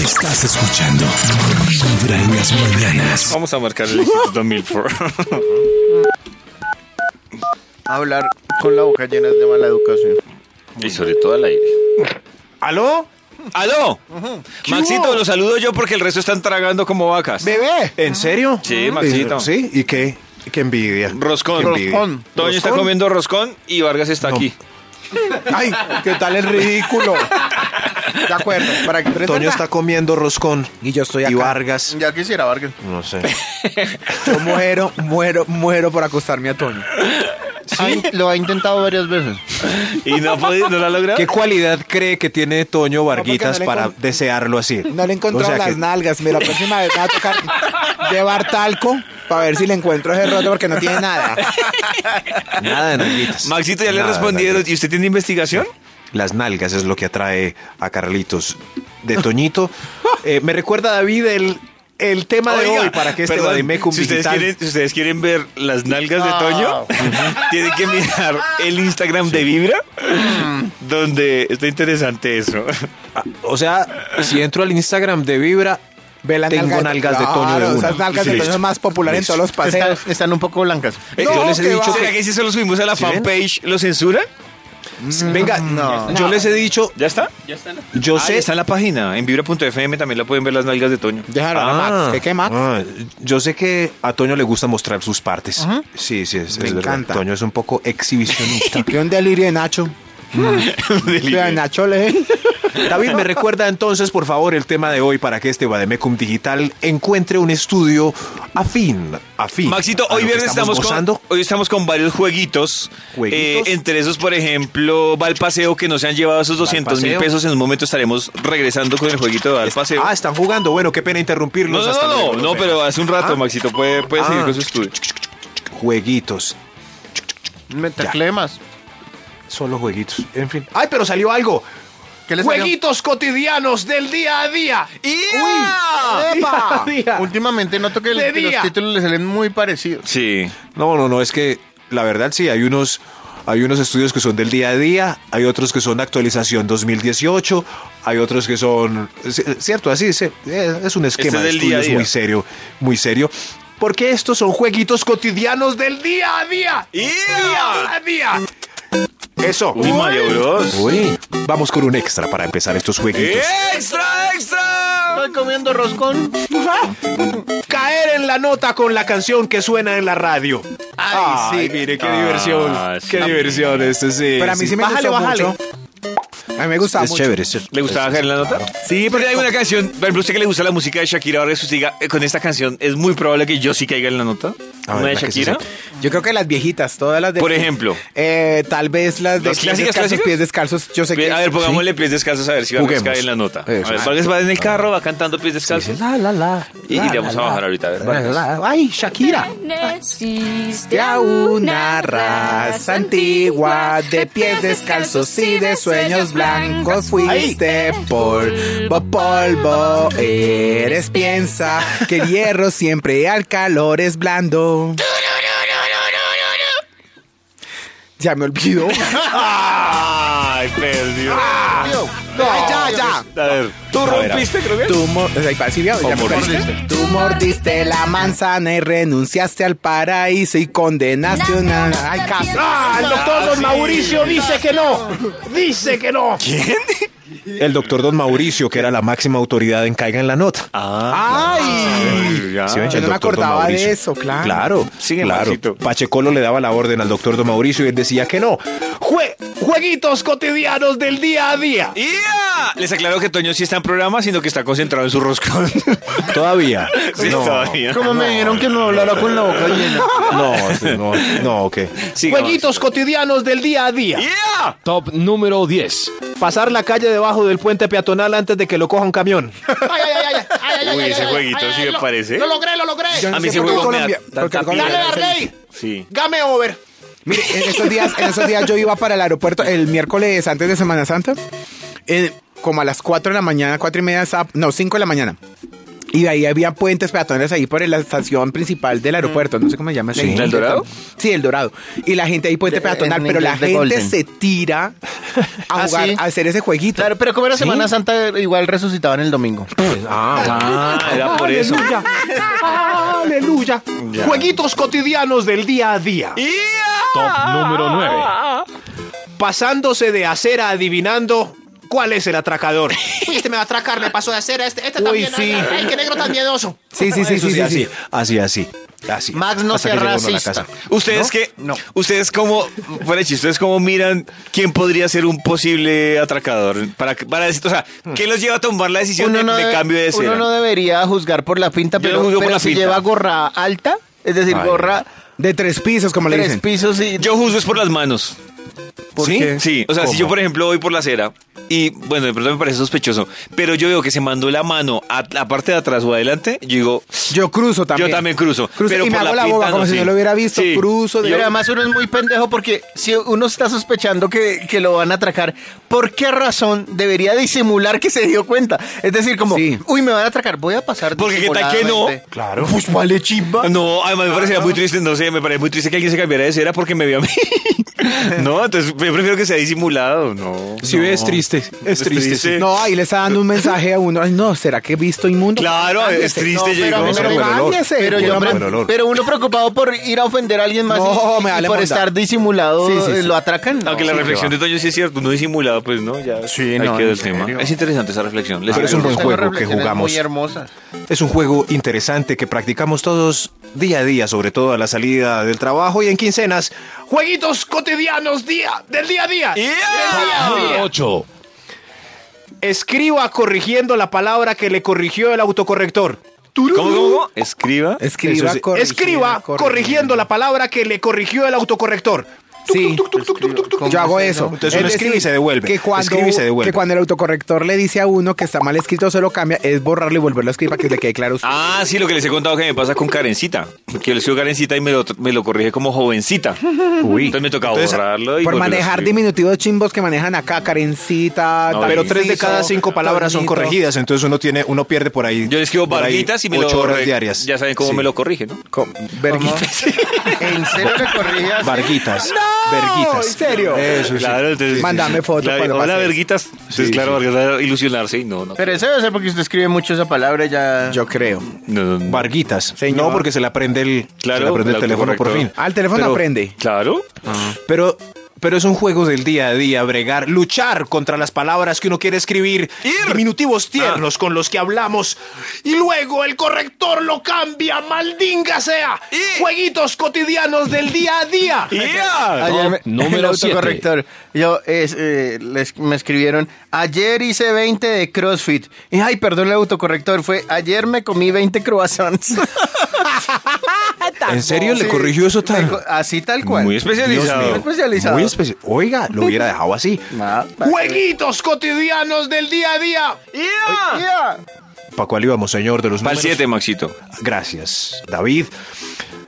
Estás escuchando Vibra en las mañanas. Vamos a marcar el Instituto Milford. Hablar con la boca llena es de mala educación. y sobre todo al aire. ¿Aló? ¡Aló! Maxito, lo saludo yo porque el resto están tragando como vacas. ¿Bebé? Ah. ¿En serio? Sí, Eh, Maxito. ¿Sí? ¿Y qué? ¿Qué envidia? Roscón. Qué envidia. Roscón. Toño está ¿Roscón? comiendo roscón y Vargas está aquí. ¡Ay! ¿Qué tal el ridículo? De acuerdo, para que pero es Toño verdad. está comiendo roscón. Y yo estoy Y acá. Vargas. Ya quisiera Vargas. No sé. Yo muero, muero, muero por acostarme a Toño. Sí, lo ha intentado varias veces. ¿Y no, ha podido- no lo ha logrado? ¿Qué cualidad cree que tiene Toño Varguitas no le para con- desearlo así? No le he encontrado O sea las que- nalgas. Mira, la próxima vez me va a tocar llevar talco para ver si le encuentro ese roto porque no tiene nada. Nada de nalguitas. Maxito, ya le Nada de respondieron. ¿Y usted tiene investigación? Las nalgas es lo que atrae a Carlitos de Toñito. Eh, me recuerda David el, el tema de Oiga, hoy para que este perdón, Bademecum si ustedes, digital- quieren, si ustedes quieren ver las nalgas de Toño, tienen que mirar el Instagram de Vibra, Mm. donde está interesante eso. Ah, O sea, si entro al Instagram de Vibra, Ve la tengo nalga de- nalgas de Toño Claro, de una. Esas nalgas de Listo. Toño es más popular en Listo. todos los paseos. están un poco blancas. Eh, yo les he que dicho va. ¿Será que si se lo subimos a la ¿Sí ven? fanpage lo censuran? Venga, Mm. yo les he dicho, ¿Ya está? yo Ah, sé... está en la página, en vibra.fm también la pueden ver las nalgas de Toño. Déjalo, Ah, Max. ¿Qué, qué, Max? ah, yo sé que a Toño le gusta mostrar sus partes. Sí, sí, es, Me es verdad. encanta. Toño es un poco exhibicionista. Qué un delirio de Nacho. Delirio de Nacho le... David, me recuerda entonces, por favor, el tema de hoy para que este Bademecum Digital encuentre un estudio afín, afín. Maxito, a hoy Ah, lo que viernes estamos, gozando. con, hoy estamos con varios jueguitos. ¿Jueguitos? Eh, entre esos, por ejemplo, va al paseo que no se han llevado esos 200 mil Paseo. pesos. En un momento estaremos regresando con el jueguito de va al paseo. Ah, están jugando. Bueno, qué pena no, interrumpirlos. no, Hasta no, luego. no, no, pero hace un rato, Ah. Maxito, puede, puede seguir Ah. con su estudio. Jueguitos, Me tecleé más. solo jueguitos. En fin. Ay, pero salió algo. ¿Qué les salió? Jueguitos cotidianos del día a día. Ah. ¡Epa! Últimamente noto que, el- De que día. los títulos les salen muy parecidos. Sí. No, no, no, es que la verdad sí, hay unos, hay unos estudios que son del día a día, hay otros que son actualización 2018, hay otros que son, es- es cierto, así es, eh, es un esquema es de del día a estudios día. muy serio, muy serio. Porque estos son jueguitos cotidianos del día a día. Día a día. Eso. Uy, Mario Bros. Uy. Vamos con un extra para empezar estos ¡Eh! jueguitos. ¡Extra, extra! Estoy comiendo roscón. Caer en la nota con la canción que suena en la radio. Ay, sí. mire qué diversión. Ah, sí. Qué diversión este sí. Pero a mí sí me Bájale, gustó bájale. mucho. A mí me gustaba es mucho. chévere, es chévere. ¿Le gustaba Es- Jair la nota? Sí, porque hay una canción, por ejemplo, usted que le gusta la música de Shakira, ahora eso diga, eh, con esta canción es muy probable que yo sí caiga en la nota. A ver, ¿Una de la que se Shakira? sepa. Yo creo que las viejitas, todas las de... Por ejemplo. Eh, tal vez las de ¿Las pies clásicas, descalzos, clásicas? pies descalzos. Yo sé que... A ver, pongámosle pies descalzos a ver si Vargas Juguemos. cae en la nota. A ver, Eso. Ah. Vargas va en el carro, va cantando pies descalzos. La, la, la. Y- y le vamos a bajar ahorita, a ver, Vargas. Ay, Shakira. Existe De a una raza antigua de pies descalzos y de sueños blancos fuiste polvo, polvo eres piensa que el hierro siempre al calor es blando. Ya me olvidó. ¡Ay, perdió! Ay, Ah. ya, ya. A ver. ¿Tú rompiste, creo que? Tú, mor- o sea, igual sí, ya me mordiste. acordé. Tú mordiste la manzana y renunciaste al paraíso y condenaste una. ¡Ay, casi! ¡Ah, doctor Don Mauricio dice que no! ¡Dice que no! El doctor Don Mauricio, que era la máxima autoridad en Caiga en la Nota. ¡Ay! ¿Sí ven? yo El doctor no me Don acordaba de Mauricio. eso, claro. Claro, Sigue, claro. Maxito. Pachecolo le daba la orden al doctor Don Mauricio y él decía que no. Jue- jueguitos cotidianos del día a día. ¡Ya! Les aclaro que Toño sí está en programa, sino que está concentrado en su roscón. Todavía. Sí, no, todavía. Como me dijeron que no hablara con la boca llena. No, sí, no, no, ok. Siga, jueguitos cotidianos del día a día. ¡Ya! Top número 10. Pasar la calle debajo del puente peatonal antes de que lo coja un camión. ¡Ay, ay, ay! ay, ay, ay, Uy, ay, ese ay, jueguito ay, ay, sí me lo- parece. ¡Lo logré, lo logré! Yo no A mí sé ese por qué juego me da Colombia- porque tanta Colombia ¡Dale, pena. no se hizo. Darley! Sí. ¡Game over! Mire, en esos días, en esos días yo iba para el aeropuerto el miércoles antes de Semana Santa, eh, como a las 4 de la mañana, 4 y media, estaba- no, 5 de la mañana. Y de ahí había puentes peatonales ahí por la estación principal del aeropuerto, no sé cómo se llama. ese Sí. sitio. ¿El Dorado? Sí, el Dorado. Y la gente ahí puente De- peatonal, en pero la inglés, de gente Golden. se tira a Ah, jugar, sí. a hacer ese jueguito. Claro, pero como era Sí. Semana Santa, igual resucitaban el domingo. Ah, era por eso. Aleluya. Aleluya. Jueguitos cotidianos del día a día. Top número 9. Pasándose de acera adivinando cuál es el atracador. este me va a atracar, me pasó de acera. Este, este Uy, sí. ay, qué negro tan miedoso. Sí, sí, sí, Eso sí, sí, así, sí. así, así, así. Max, no Hasta sea que llega uno a la racista. casa. ¿Ustedes ¿No? qué? No. ¿Ustedes cómo, fuera de chiste, ustedes cómo miran quién podría ser un posible atracador? Para, que- para decir, o sea, Hmm. ¿qué los lleva a tomar la decisión de, de debe- cambio de uno escena? no debería juzgar por la pinta, Yo pero, no juzgo por pero la si pinta. lleva gorra alta, es decir, Ay. gorra De tres pisos, como le tres dicen. pisos y... Yo juzgo es por las manos. ¿Por ¿Sí? qué? Sí, o sea, si ¿Cómo? yo, por ejemplo, voy por la acera y, bueno, de pronto me parece sospechoso, pero yo veo que se mandó la mano a la parte de atrás o adelante, yo digo, Yo cruzo también. Yo también cruzo, pero y me por hago la la boba pinta como no, si sí. no lo hubiera visto. Sí. Cruzo. Pero además uno es muy pendejo porque si uno está sospechando que, que lo van a atracar, ¿por qué razón debería disimular que se dio cuenta? Es decir, como, Sí. uy, me van a atracar, voy a pasar Porque qué tal que no. disimuladamente". Claro. Pues vale chimba. No, además Ah, me parecería muy triste, no sé, me parece muy triste que alguien se cambiara de cera porque me vio a mí. No, entonces yo prefiero que sea disimulado, no. Si no. ves, triste. Es triste. Este, sí. No, ahí le está dando un mensaje a uno. Ay, no, ¿será que he visto inmundo? Claro, es triste, No, llegó. pero a mí no Pero me- cámbiese, Pero, yo, por pre- buen olor. pero uno preocupado por ir a ofender a alguien más y- No, y, me vale por monda. estar disimulado Sí, sí, eh, sí. lo atracan. No, Aunque la sí, reflexión qué de Toño sí es cierto, no disimulado, pues no, ya. Sí, ahí no, queda en el tema. serio. Es interesante esa reflexión. les Pero es va. un buen Son juego que reflexiones jugamos. Muy hermosas. Es un juego interesante que practicamos todos día a día, sobre todo a la salida del trabajo y en quincenas. Jueguitos cotidianos día, del día a día. ¡Yeah! Del día a día. 8. Escriba corrigiendo la palabra que le corrigió el autocorrector. ¿Cómo, cómo, cómo? Escriba. Eso Escriba, sí. corrigiendo, Escriba corrigiendo la palabra que le corrigió el autocorrector. Sí. Tuc, tuc, tuc, tuc, tuc, tuc. ¿Cómo Yo hago es eso. eso? Entonces uno Es escribe decir, y se devuelve. Que cuando, Escribe y se devuelve. que cuando el autocorrector le dice a uno que está mal escrito, se lo cambia, es borrarlo y volverlo a escribir para que le quede claro. a usted. Ah, sí, lo que les he contado que me pasa con Karencita. Porque yo le escribo Karencita y me lo, me lo corrige como jovencita. Uy. Entonces me toca Entonces, borrarlo. Y Por volverlo a manejar escribir. diminutivos chimbos que manejan acá, carencita. No, Pero Sí, tres de Tarciso, cada cinco palabras son Toñito. corregidas, entonces uno tiene, uno pierde por ahí. Yo le escribo por ahí barbitas y me lo ocho horas corre- diarias. Ya saben cómo Sí. me lo corrige, ¿no? Con- verguita. En serio me corrías. Varguitas. No, verguitas. ¿en serio? Eso sí. Claro, entonces. Mándame foto La- para que hola, pase. verguitas. Entonces, Sí, claro, sí. Vargas va a ilusionarse y no, no. Pero eso debe ser porque usted escribe mucho esa palabra ya. Yo creo. No, no, no. Varguitas. No, porque se le aprende el, Claro, se le aprende el el teléfono por fin. autocorrector. Al teléfono Pero- aprende. Claro. Pero, pero es un juego del día a día, bregar, luchar contra las palabras que uno quiere escribir, diminutivos Ah. tiernos con los que hablamos. Y luego el corrector lo cambia, maldinga sea. Jueguitos cotidianos del día a día. Ah, Ayer Top me- el número 7. autocorrector. Yo, es, eh, les- me escribieron, ayer hice 20 de CrossFit. Y, ay, perdón el autocorrector, fue, ayer me comí 20 croissants. ¿En serio le Sí, corrigió eso me tan? co- Así tal cual. Muy especializado. Muy especializado. Muy especi- Oiga, lo hubiera dejado así. Nah, pa- Jueguitos cotidianos del día a día. Yeah. ¿Para cuál íbamos, señor de los Para el números? 7, Maxito. Gracias, David.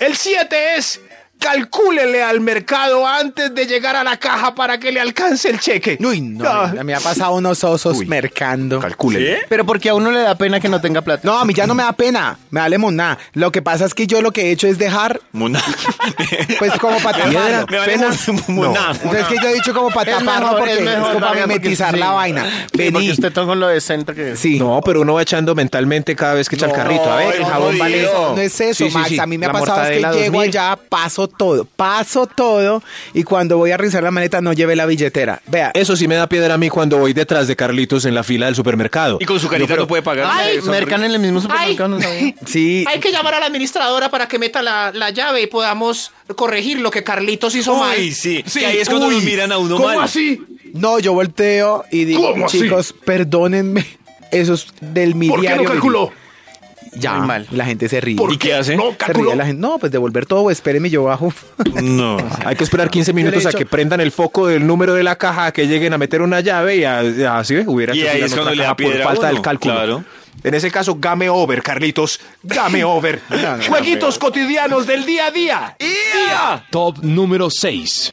El 7 es calcúlele al mercado antes de llegar a la caja para que le alcance el cheque. Uy, no. Ah, a mí Me ha pasado unos osos Uy. mercando. Calcule. Pero porque a uno le da pena que no tenga plata. No, a mí ya no me da pena. Me da lemonada. Lo que pasa es que yo lo que he hecho es dejar, Mona. pues, como para Piedra, taparlo. me vale mon- mona. Entonces que yo he dicho como para Es taparlo mejor, porque es, es mejor, como para María, porque mimetizar sí. la vaina. Sí, Vení. porque usted todo con lo decente que es. Sí. No, pero uno va echando mentalmente cada vez que echa el carrito. A no, ver, el jabón no, vale. no. No es eso, Sí, sí, Max. sí. A mí me La ha pasado es que mortadela llego 2000. allá, paso todo, paso todo y cuando voy a revisar la maleta no llevé la billetera. Vea, Eso sí me da piedra a mí cuando voy detrás de Carlitos en la fila del supermercado. Y con su carita no puede pagar. Ay, mercan en el mismo supermercado, no sabía. sí, Hay que llamar a la administradora para que meta la, la llave y podamos corregir lo que Carlitos hizo mal. Uy, sí. Que ahí es cuando Uy, nos miran a uno ¿Cómo mal. así? no, yo volteo y digo, ¿Cómo así? chicos, perdónenme, eso es del mi ¿Por qué no diario calculó? vivir". Ya, Muy mal. la gente se ríe. ¿Por ¿Y qué hace? No Se ríe calculó. la gente. No, pues devolver todo, espéreme, yo bajo. No. Hay que esperar 15 minutos Yo le he a dicho- que prendan el foco del número de la caja, a que lleguen a meter una llave y a- así ve, hubiera Y que ahí tirar es otra cuando le da caja por piedra a falta uno, del cálculo. claro. En ese caso, game over, Carlitos. Game over. Jueguitos cotidianos del día a día. Top número 6.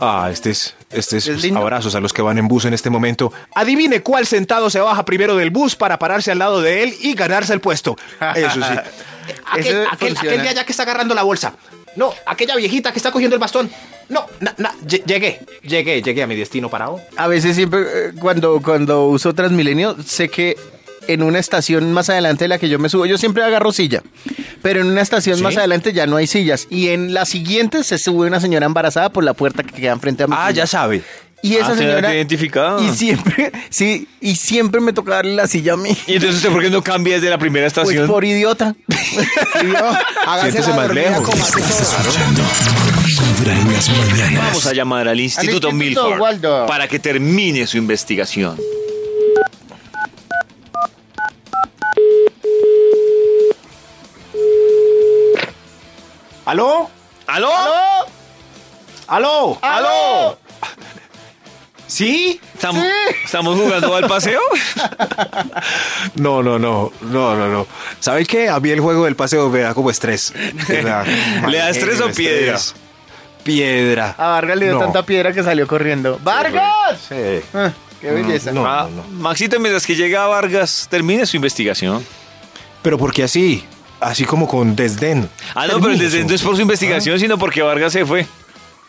Ah, este es, este es, Es pues, lindo. abrazos a los que van en bus en este momento. Adivine cuál sentado se baja primero del bus para pararse al lado de él y ganarse el puesto. Eso sí. Eso Aquel, aquel, funciona. aquel de allá que está agarrando la bolsa. No, aquella viejita que está cogiendo el bastón. No, na- na, lle- llegué, llegué, llegué a mi destino parado. A veces siempre eh, cuando, cuando uso Transmilenio, sé que en una estación más adelante de la que yo me subo, yo siempre agarro silla, pero en una estación más adelante ya no hay sillas. Y en la siguiente se sube una señora embarazada por la puerta que queda enfrente a mi Ah, silla. ya sabe. Y esa Ah, señora señora... identificada. Y siempre, sí, y siempre me toca darle la silla a mí. Y entonces, ¿usted ¿por qué no cambia desde la primera Pues estación? por idiota. Siéntese más lejos. Vibra en las mañanas. Vamos a llamar al Instituto, Instituto Milford Waldorf. para que termine su investigación. ¿Aló? ¿Aló? ¿Aló? ¡Aló! ¿Sí? ¿Estamos, ¿Estamos jugando al paseo? No, no, no, no, no, no. ¿Sabe qué? A mí el juego del paseo me da como estrés. Me da mal ¿Le da estrés genio, o Ah. piedra? estrés. Piedra. A Vargas le dio No. tanta piedra que salió corriendo. ¡Vargas! Sí. Ah, ¡Qué belleza! No, Ah, no, no. Maxito, mientras que llega Vargas, termine su investigación. Pero porque así, así como con desdén. Ah, no, pero el Permiso. desdén no es por su investigación, sino porque Vargas se fue.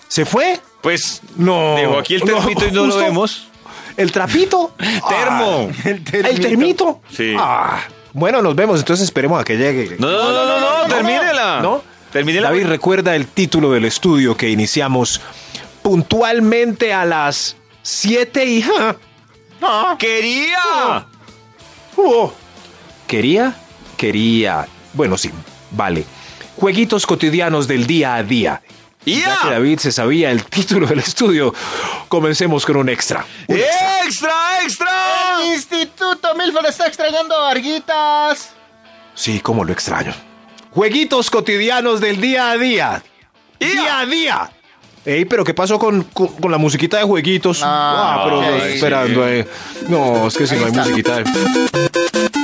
¿Se fue? Pues, No. dejó aquí el No, termito y no lo justo. vemos. ¿El trapito? ¡Termo! Ah, ¿El termito? Sí. Ah, bueno, nos vemos, entonces esperemos a que llegue. No, no, no, no, no, termínela. ¿No? Termínela. David recuerda el título del estudio que iniciamos puntualmente a las 7 y... ja, ¡Quería! hubo. ¿Quería? Quería. Bueno, sí, vale. Jueguitos cotidianos del día a día. Y ¡Ya! Ya que David se sabía el título del estudio, comencemos con un extra. Eh, ¡Extra, extra! Instituto Milford está extrañando a Varguitas. Sí, como lo extraño. Jueguitos cotidianos del día a día. Día a día. Ey, pero ¿qué pasó con, con- con la musiquita de jueguitos? Ah, Ah, pero ok. no, esperando, eh. No, es que si no hay musiquita de...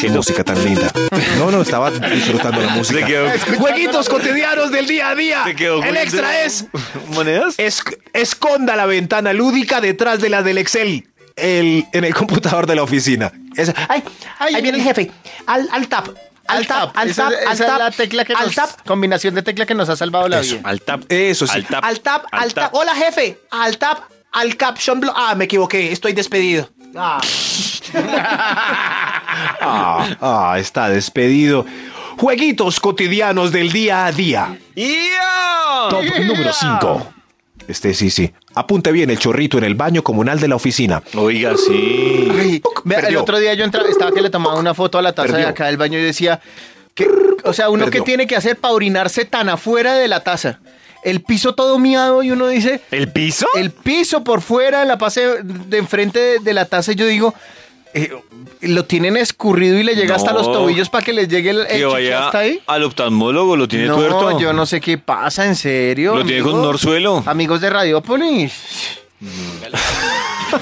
Qué música tan linda. No, no, estaba disfrutando la Se música. quedó, Jueguitos cotidianos del día a día. se quedó. El extra es ¿Monedas? Esc- esconda la ventana lúdica detrás de la del Excel. El, en el computador de la oficina. Esa- Ay, ahí viene el jefe. Al, al tap. Al tap, al Esa- tap, al esa es la tap. tecla que Al nos- tap, combinación de tecla que nos ha salvado la vida. Al tap. Eso sí. Al tap. al tap, al tap. Hola, jefe. Al tap, al caption blo- Ah, me equivoqué. Estoy despedido. Ah. Ah, ah, está despedido. Jueguitos cotidianos del día a día. ¡Ya! Top número 5. Este sí, sí. Apunte bien el chorrito en el baño comunal de la oficina. Oiga, sí. Ay, vea, el perdió. otro día yo entraba, estaba que le tomaba una foto a la taza de Perdió. acá del baño y decía, que, o sea, uno que Perdió. tiene que hacer para orinarse tan afuera de la taza. El piso todo miado y uno dice, ¿El piso? el piso por fuera, la pase de enfrente de, de la taza, y yo digo, eh, lo tienen escurrido y le llega hasta No. los tobillos para que les llegue el, el Que chichi vaya hasta ahí. al oftalmólogo, lo tiene no, tuerto. yo no sé qué pasa, en serio. Lo tiene amigo. con Norzuelo. Amigos de Radiopolis.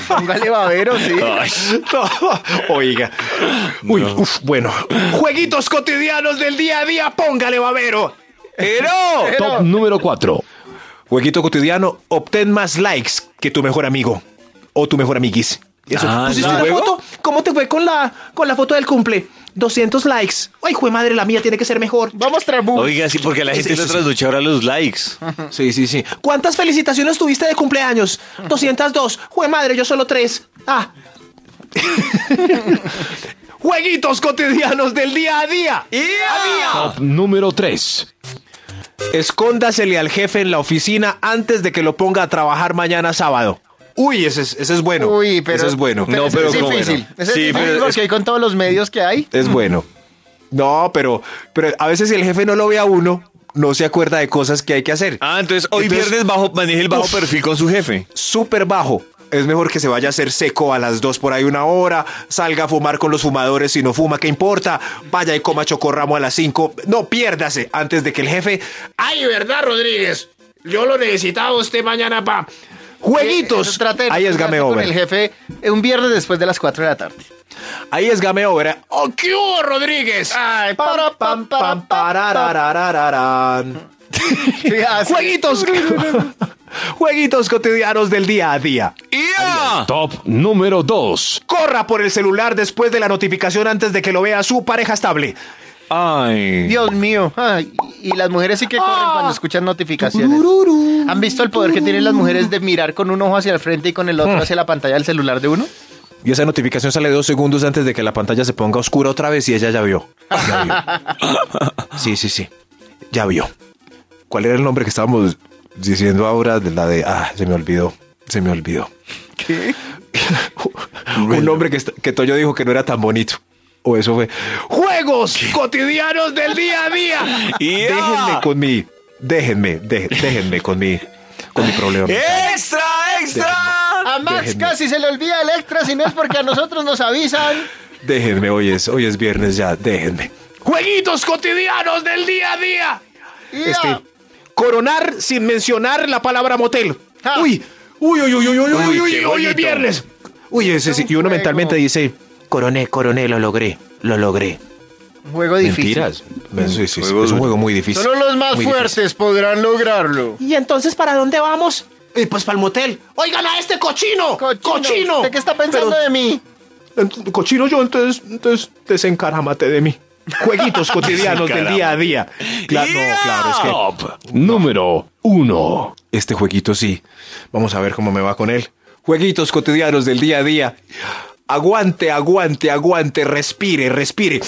Póngale babero, sí. Ay, No, Oiga. Uy, uf, bueno. jueguitos cotidianos del día a día. Póngale babero. ¡Pero! Top número 4. Jueguito cotidiano, obtén más likes que tu mejor amigo o tu mejor amiguis. Eso, Ah, ¿pusiste ¿no? una ¿Luego? foto? ¿Cómo te fue con la, con la foto del cumple? 200 likes. Ay, jue madre, la mía tiene que ser mejor. Vamos, Trabu. Oiga, sí, porque la gente lo trasnocha ahora los likes. Sí, sí, sí. ¿Cuántas felicitaciones tuviste de cumpleaños? 202. Jue madre, yo solo tres. Ah, Jueguitos cotidianos del día a día. Top número 3. Escóndasele al jefe en la oficina antes de que lo ponga a trabajar mañana sábado. Uy, ese es, ese es bueno. Uy, pero. Ese es bueno. pero No, ese pero es ¿cómo? difícil. Bueno. Ese Sí, es difícil pero porque es- hoy con todos los medios que hay. Es bueno. No, pero, pero a veces si el jefe no lo ve a uno, no se acuerda de cosas que hay que hacer. Ah, entonces hoy Entonces- viernes bajo, maneje el bajo Uf. perfil con su jefe. Súper bajo. Es mejor que se vaya a hacer seco a las dos por ahí una hora, salga a fumar con los fumadores si no fuma, ¿qué importa? Vaya y coma chocorramo a las cinco. No, piérdase antes de que el jefe... Ay, ¿verdad, Rodríguez? Yo lo necesitaba usted mañana, pa. Eh, ¡Jueguitos! Eso trata Eh, de no ahí es pelearse game con over. El jefe eh, un viernes después de las 4 de la tarde. Ahí es game over. ¿eh? ¡Oh, qué hubo, Rodríguez! Ay, para, pam, pam, pam, pam. Pararararararán. Sí, así. Jueguitos. Jueguitos cotidianos del día a día. Top número 2. Corra por el celular después de la notificación antes de que lo vea su pareja estable. Ay. Dios mío. Ay, y las mujeres sí que corren cuando escuchan notificaciones. ¿Han visto el poder que tienen las mujeres de mirar con un ojo hacia el frente y con el otro hacia la pantalla del celular de uno? Y esa notificación sale dos segundos antes de que la pantalla se ponga oscura otra vez y ella ya vio. Ya vio. Sí, sí, sí. Ya vio. ¿Cuál era el nombre que estábamos diciendo ahora de la de... Ah, se me olvidó. Se me olvidó. Un nombre que, est- que Toyo dijo que no era tan bonito. O eso fue... Juegos cotidianos del día a día. ¡Ya! Déjenme con mi... Déjenme, de- déjenme con mi... Con mi problema. ¡Extra, extra! A Max Déjenme. casi se le olvida el extra si no es porque a nosotros nos avisan. Déjenme, hoy es, hoy es viernes ya, déjenme. Jueguitos cotidianos del día a día. Ya. Este, coronar sin mencionar la palabra motel. Ah. Uy, uy, uy, uy, uy, uy, uy, qué uy, hoy es bonito. viernes. Uy, ese sí, Y uno Juego. mentalmente dice, coroné, coroné, lo logré, lo logré. Mm. Un juego difícil. Mentiras. Sí, sí, sí, es un juego muy difícil. Solo los más Muy fuertes podrán lograrlo. ¿Y entonces para dónde vamos? Eh, pues para el motel. Oigan a este cochino. Cochino. ¿Usted qué está pensando de mí? Ent- Cochino yo, entonces, entonces desencarámate de mí. Jueguitos cotidianos del día a día. Claro, no, claro, es que Top número 1. este jueguito sí. Vamos a ver cómo me va con él. Jueguitos cotidianos del día a día. Aguante, aguante, aguante, respire, respire.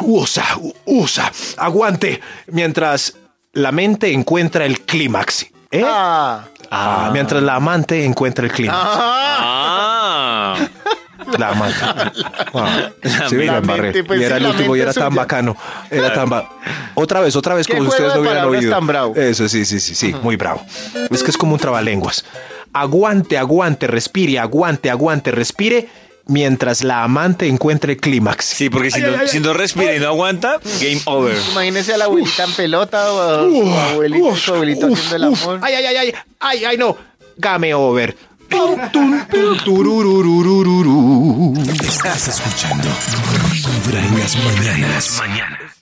Usa, u- usa, aguante. Mientras la mente encuentra el clímax. ¿eh? Ah. Ah, mientras la amante encuentra el clímax. Ah. La amante. Ah, sí, la amante, embarré. pues y era sí, el la último y mente era tan suya. bacano. Era tan ba- Otra vez, otra vez, ¿Qué como si juego ustedes de no hubieran palabras oído. tan bravo? Eso, sí, sí, sí, sí, muy bravo. Es que es como un trabalenguas. Aguante, aguante, respire, aguante, aguante, respire, mientras la amante encuentre el clímax. Sí, porque si, Ay, no, ay, ay. si no respira y no aguanta, game over. Imagínese a la abuelita en pelota o a su abuelito, su abuelito haciendo el amor. Ay, ay, ay, ay. Ay, ay, no. Game over. Oh. Tum, tum, tum, tururururururu. Estás escuchando Vibra en las mañanas.